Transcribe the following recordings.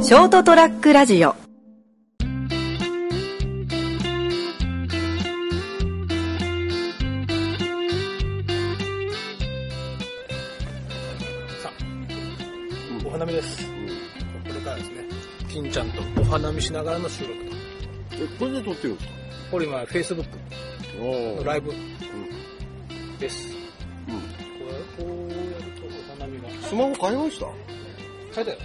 ショートトラックラジオさあ、お花見です。これからですね、金ちゃんとお花見しながらの収録と。え、これで撮ってるんですかこれ今、Facebook おのーライブうんです。うんこうこうやるとお花見が。スマホ買いましたさて、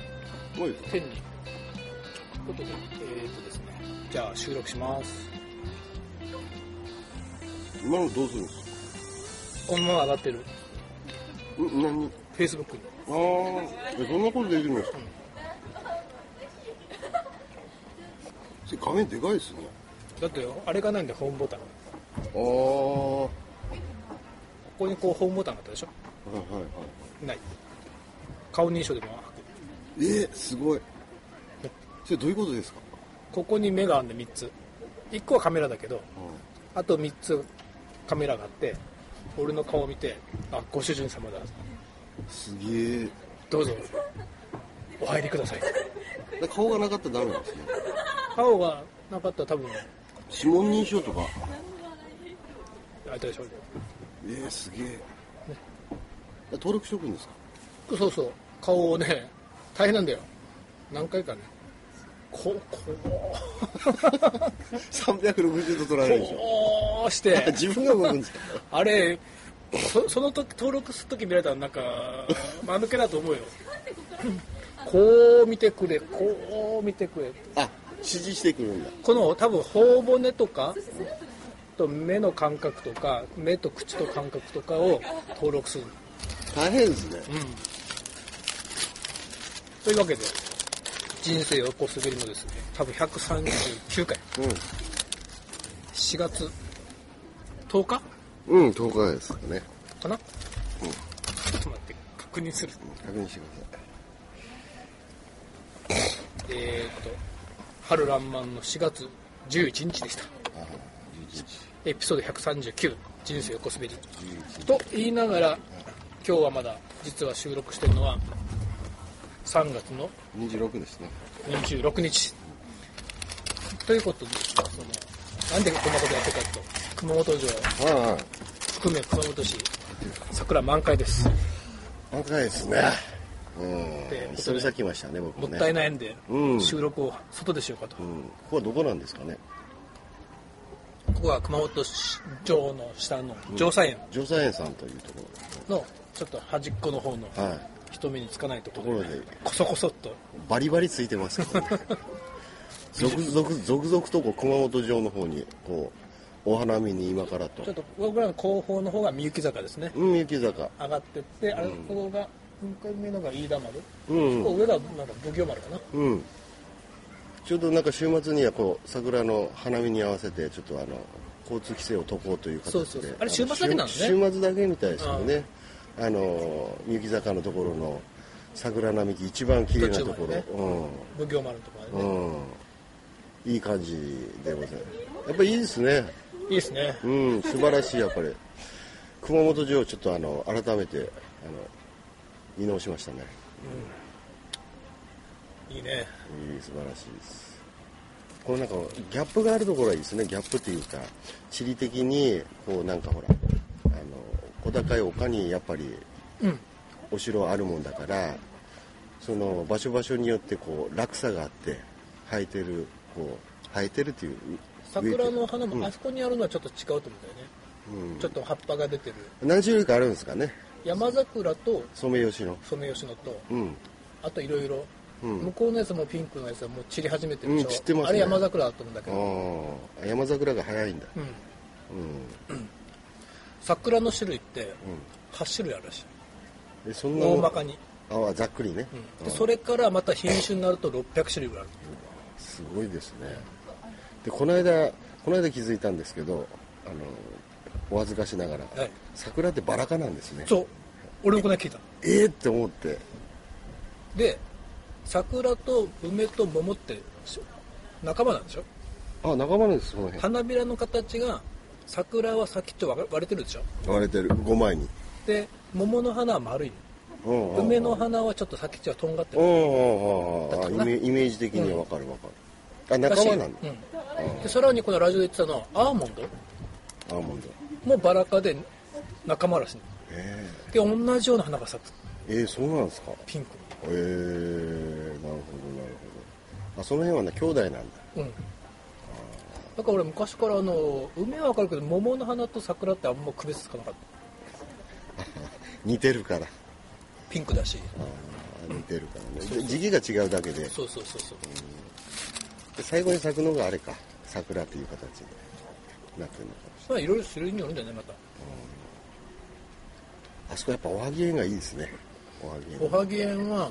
どうです手に。ということで、えーっとですね、じゃあ収録します。今のどうするんですかこのまま上がってるん何 Facebook に。あー、え、そんなことできるんですかそれ画面でかいですね。だって、あれがないんで、ホームボタン。こあー、はこにこう、ホームボタンがあったでしょいはいはない。顔認証でもなくい。えー、すごい。それどういうことですかここに目があるんで、3つ。1個はカメラだけど、うあと3つカメラがあって、俺の顔を見て、あ、ご主人様だ。んすげえ。どうぞ、お入りください。だ顔がなかったらダメなんですね。顔がなかったら多分、指紋認証とか。あいたでしょ。えー、すげえ。登録しとくんですかそうそう、顔をね、大変なんだよ。何回かね。こう、こ ?360 度取らう、れるでしょ。こうして、自分が動くんですかあれ、そその時登録する時見られたらなんか、間抜けだと思うよ。こう見てくれ、こう見てくれ。あ、指示してくるんだ。この多分頬骨とかと目の感覚とか目と口と感覚とかを登録する大変ですね。うんというわけで人生横滑りのですね多分139回4月10日うん。うん、10日ですかね。かな、ちょっと待って確認する確認してくだえー、っと春らんまんの4月11日でしたさい。あエピソード139人生横滑りと言いながら今日はまだ実は収録してるのは3月の11時。26ですね。 26日ということでそのなんでこんなことやってるかと熊本城はいはい。含め熊本市桜満開です満開ですね。でうん。久々来ましたね、僕ももっね。たいないんで、うん収録を外でしようかと、うん。ここはどこなんですかね。ここは熊本市城の下の城西園城西園さんというとこのちょっと端っこの方のろ。はい。人目につかないととこころろでで、こそこそっとバリバリついてますけ どね。続々、続々とこう熊本城の方に、こう、お花見に今からちょっと。と僕らの後方の方が三幸坂ですねうん、雪坂。上がってって、あれ、ここが、向かい目のが飯田丸、うんここ上がなんか奉行丸かな。うん。ちょうどなんか週末にはこう桜の花見に合わせてちょっとあの交通規制を解こうという形で。そうそうそうあれの週末だけなのね週週末だけみたいですよね。あの三木坂のところの桜並木一番綺麗なとこ途ろ。中奉行丸のとこまうでね。んうん。いい感じでございます。やっぱりいいですね。いいですね。うん素晴らしいやっぱり熊本城をちょっとあの改めてあの見直しましたね。いいね。いい素晴らしいですこのなんかギャップがあるところはいいですねギャップっていうか地理的にこうなんかほらあの小高い丘にやっぱりうん。お城あるもんだからその場所場所によってこう落差があって生えてるこう生えてるっていう桜の花うんも、あそこにあるのはちょっと違うと思うんだよね。うんちょっと葉っぱが出てる。何種類かあるんですかね山桜とソメイヨシノソメイヨシノと、うんあといろいろ。うん向こうのやつもピンクのやつはもう散り始めてるでしょ。うん散ってますねあれ山桜だと思うんだけど。ああ山桜が早いんだうん。うん桜の種類ってうん8種類あるらしい。えそんな大まかに。あざっくりね、うん。で、それからまた品種になると600種類ぐらいある。すごいですね。で、この間、この間気づいたんですけど、あの、お恥ずかしながら、はい桜ってバラ科なんですね。そう。俺もこの間聞いた。えーって思って、で桜と梅と桃ってし仲間なんでしょあ、仲間なんです、その辺。花びらの形が桜は先っちょ割れ割れてるでしょ割れてる、5枚に。で桃の花は丸いのうん梅の花はちょっと先っちょはとんがってうるんうんうんうんあイメイメージ的にはわかるわかる、あ仲間なんだ、だしうんでさらにこのラジオで言ってたのはアーモンドアーモンドもバラ科で仲間らしいえで同じような花が咲くー、えー、そうなんですかピンクえー、なるほどなるほどあその辺はね兄弟なんだうんだから俺昔からあの梅はわかるけど桃の花と桜ってあんま区別つかなかった似てるからピンクだしあー似てるからねで時期が違うだけでそうそうそうそうで最後に咲くのがあれか桜っていう形になってるのかもしまあいろいろ種類によるんだよねまたれないあそこやっぱおはぎ園がいいですねおはぎ園おはぎ園はあ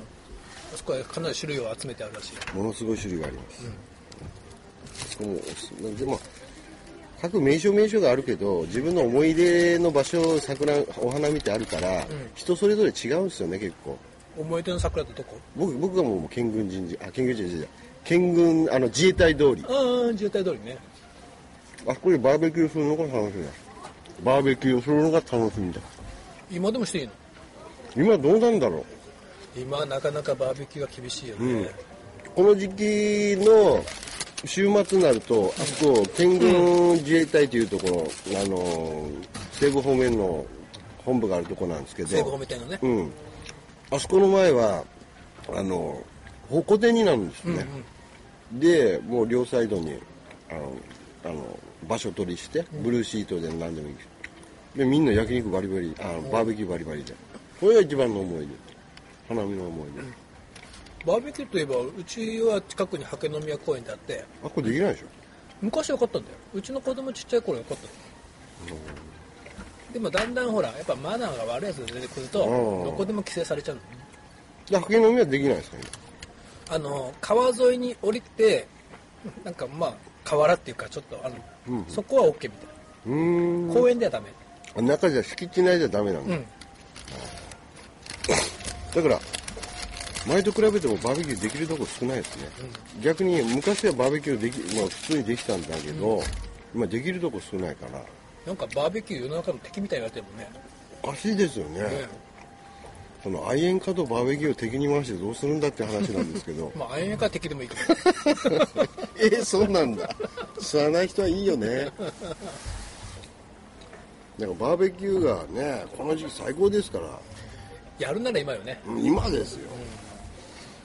そこはかなり種類を集めてあるらしいものすごい種類があります、そこもおすすめでも各名所名所があるけど自分の思い出の場所桜お花見ってあるから、人それぞれ違うんですよね結構思い出の桜ってどこ僕僕がもう県軍人事あ県軍人事じゃない県軍あの自衛隊通りああ渋滞通りねあそこでバーベキューするのが楽しみだバーベキューするのが楽しみだ今でもしていいの今どうなんだろう今はなかなかバーベキューが厳しいよね、この時期の週末になると、あそこ、天軍自衛隊というところ、あの、西部方面の本部があるところなんですけ西武方ど、面店のね、うん。あそこの前は、あの、矛手になるんですよね。で、もう両サイドに、あの、あの場所取りして、ブルーシートでも何でもいいしで、みんな焼肉バリバリ、あのバーベキューバリバリで。これが一番の思い出。花見の思い出。バーベキューといえばうちは近くに竹の宮公園であってあ、これできないでしょ昔は良かったんだようちの子供ちっちゃい頃良かったのでもだんだんほらやっぱマナーが悪いやつが出てくるとうんどこでも規制されちゃうのねで派遣のみはできないですか今あの川沿いに降りてなんかまあ河原っていうかちょっとあの、うんそこは OK みたいうーな公園ではダメん中じゃ敷地内じゃダメなんうだ、んだから前と比べてもバーベキューできるとこ少ないですね、逆に昔はバーベキューでき、まあ、普通にできたんだけど、今できるとこ少ないからなんかバーベキュー世の中の敵みたいに言われてるもんねおかしいですよね、ねその愛煙家とバーベキューを敵に回してどうするんだって話なんですけどまああやか敵でもいい けど えー、そうなんだ知らない人はいいよね なんかバーベキューがねこの時期最高ですからやるなら今よねうん今ですよ、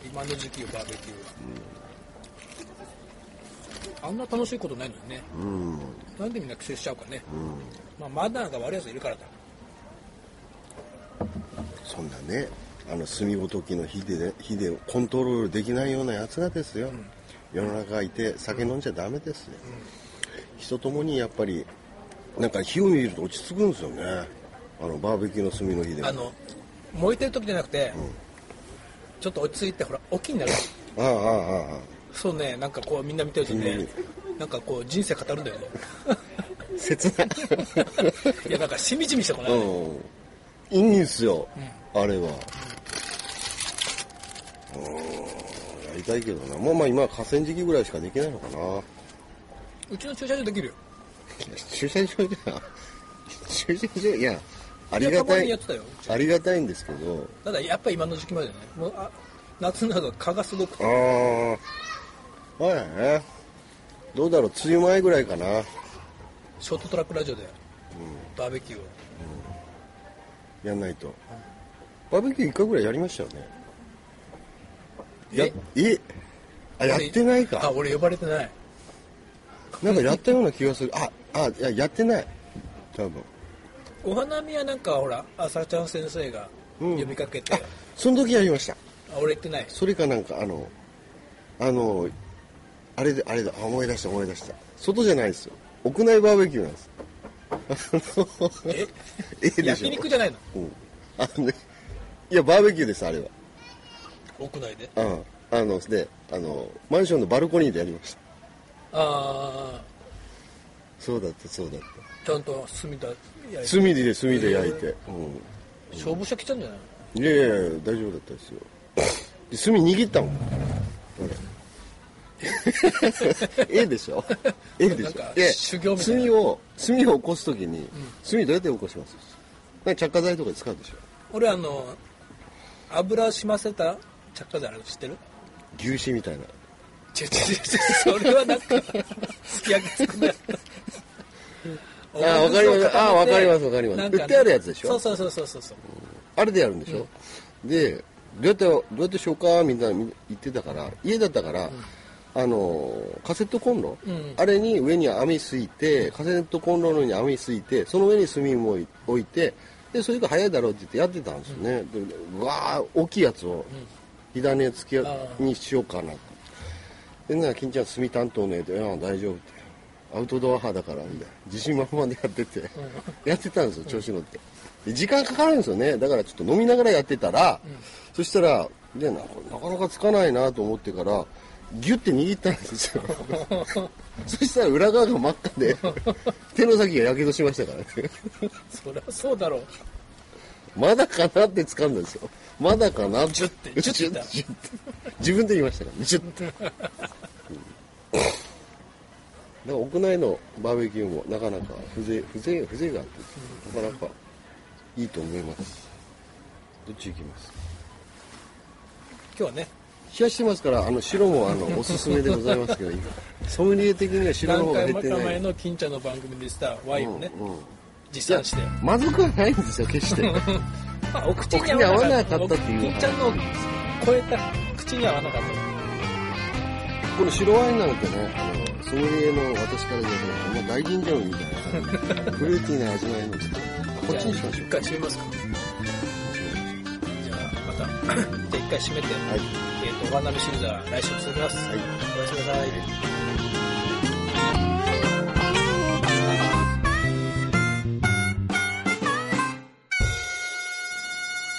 今の時期よバーベキューは、あんな楽しいことないのにね、なんでみんな苦戦しちゃうかね、まあ、マナーが悪いやついるからだそんなね、あの炭ごときの火でね、火でコントロールできないようなやつがですよ、世の中いて酒飲んじゃダメですよ、人ともにやっぱり、なんか火を見ると落ち着くんですよね、あのバーベキューの炭の火で。あの燃えてる時じゃなくて、ちょっと落ち着いてほら大きになるああああああそうねなんかこうみんな見てるとね、なんかこう人生語るんだ よね切ない。いやなんかしみじみしてこない、うん、いいんですよ、あれは。うん、やりたいけどな、まあまあ今は河川敷ぐらいしかできないのかな。うちの駐車場できるよ駐車場じ ゃ駐車場いやありいやたがまたにいやってたようちありがたいんですけどただやっぱり今の時期までねもうあ夏など蚊がすごくてああはいねどうだろう梅雨前ぐらいかなショートトラックラジオで、バーベキューをやんないとバーベキュー1回ぐらいやりましたよねやええあやってないあか俺呼ばれてないなんかやったような気がするああいややってない多分お花見はなんかほら朝ちゃん先生がうん呼びかけて、あその時やりましたあ俺行ってない それかなんかあのあのあれであれだあ思い出した思い出した外じゃないですよ屋内バーベキューなんですえ ええでしょ焼肉じゃないのうんあのねいやバーベキューですあれは屋内でうんあのであのマンションのバルコニーでやりましたああそうだったそうだっちゃんと炭だやたい炭火で炭で焼いて、うん消防車来たんじゃないのいやいやいや大丈夫だったですよで炭握ったもん俺 ええでしょええでなんしょかえ修行みたいな炭を炭を起こすときに、炭どうやって起こしますなんか着火剤とかで使うでしょ俺あの油を染ませた着火剤あるの知 ってる牛脂みたいなちょちょちょちょそれはなんかすき焼き作んなあーわかりますあーわかりますわかります売ってあるやつでしょそうそうそうそうそうあれでやるんでしょ、でどうやってどうやってしようかみんな言ってたから家だったから、あのカセットコンロ、うんあれに上に網すいてカセットコンロの上に網すいてその上に炭も置いてでそれが早いだろうって言ってやってたんですよね、でうわあ大きいやつを火種付きにしようかなとでなんか金ちゃん炭担当ねって「いや大丈夫」って「アウトドア派だから」みたいな自信満々でやってて、やってたんですよ調子乗って、で時間かかるんですよねだからちょっと飲みながらやってたら、そしたらでななかなかつかないなと思ってからギュッて握ったんですよそしたら裏側が真っ赤で手の先がやけどしましたからねそりゃそうだろうまだかなって掴んだんですよまだかなってジュッてジュッてジュッて自分で言いましたからねジュッて、うんだから屋内のバーベキューもなかなか風情風情風情があってなかなかいいと思いますどっち行きます今日はね冷やしてますからあの白もあのおすすめでございます けど今ソムリエ的には白の何方が回減っもてかな前いの金ちゃんの番組でしたワインをね、うんうん持いや参してまずくはないんですよ決してまあお口に合わなかったっていう金ちゃんの超えた口に合わなかったこの白ワインなんてね、あの、ソムリエの私から言うと、もう大吟醸みたいな、フルーティーな味わいの、こっちにしましじゃあょう一。回閉めますかじゃあ またじゃあ一回閉めて、はい。えー、とお花見シリーズは来週続きます、はい。おやすみなさい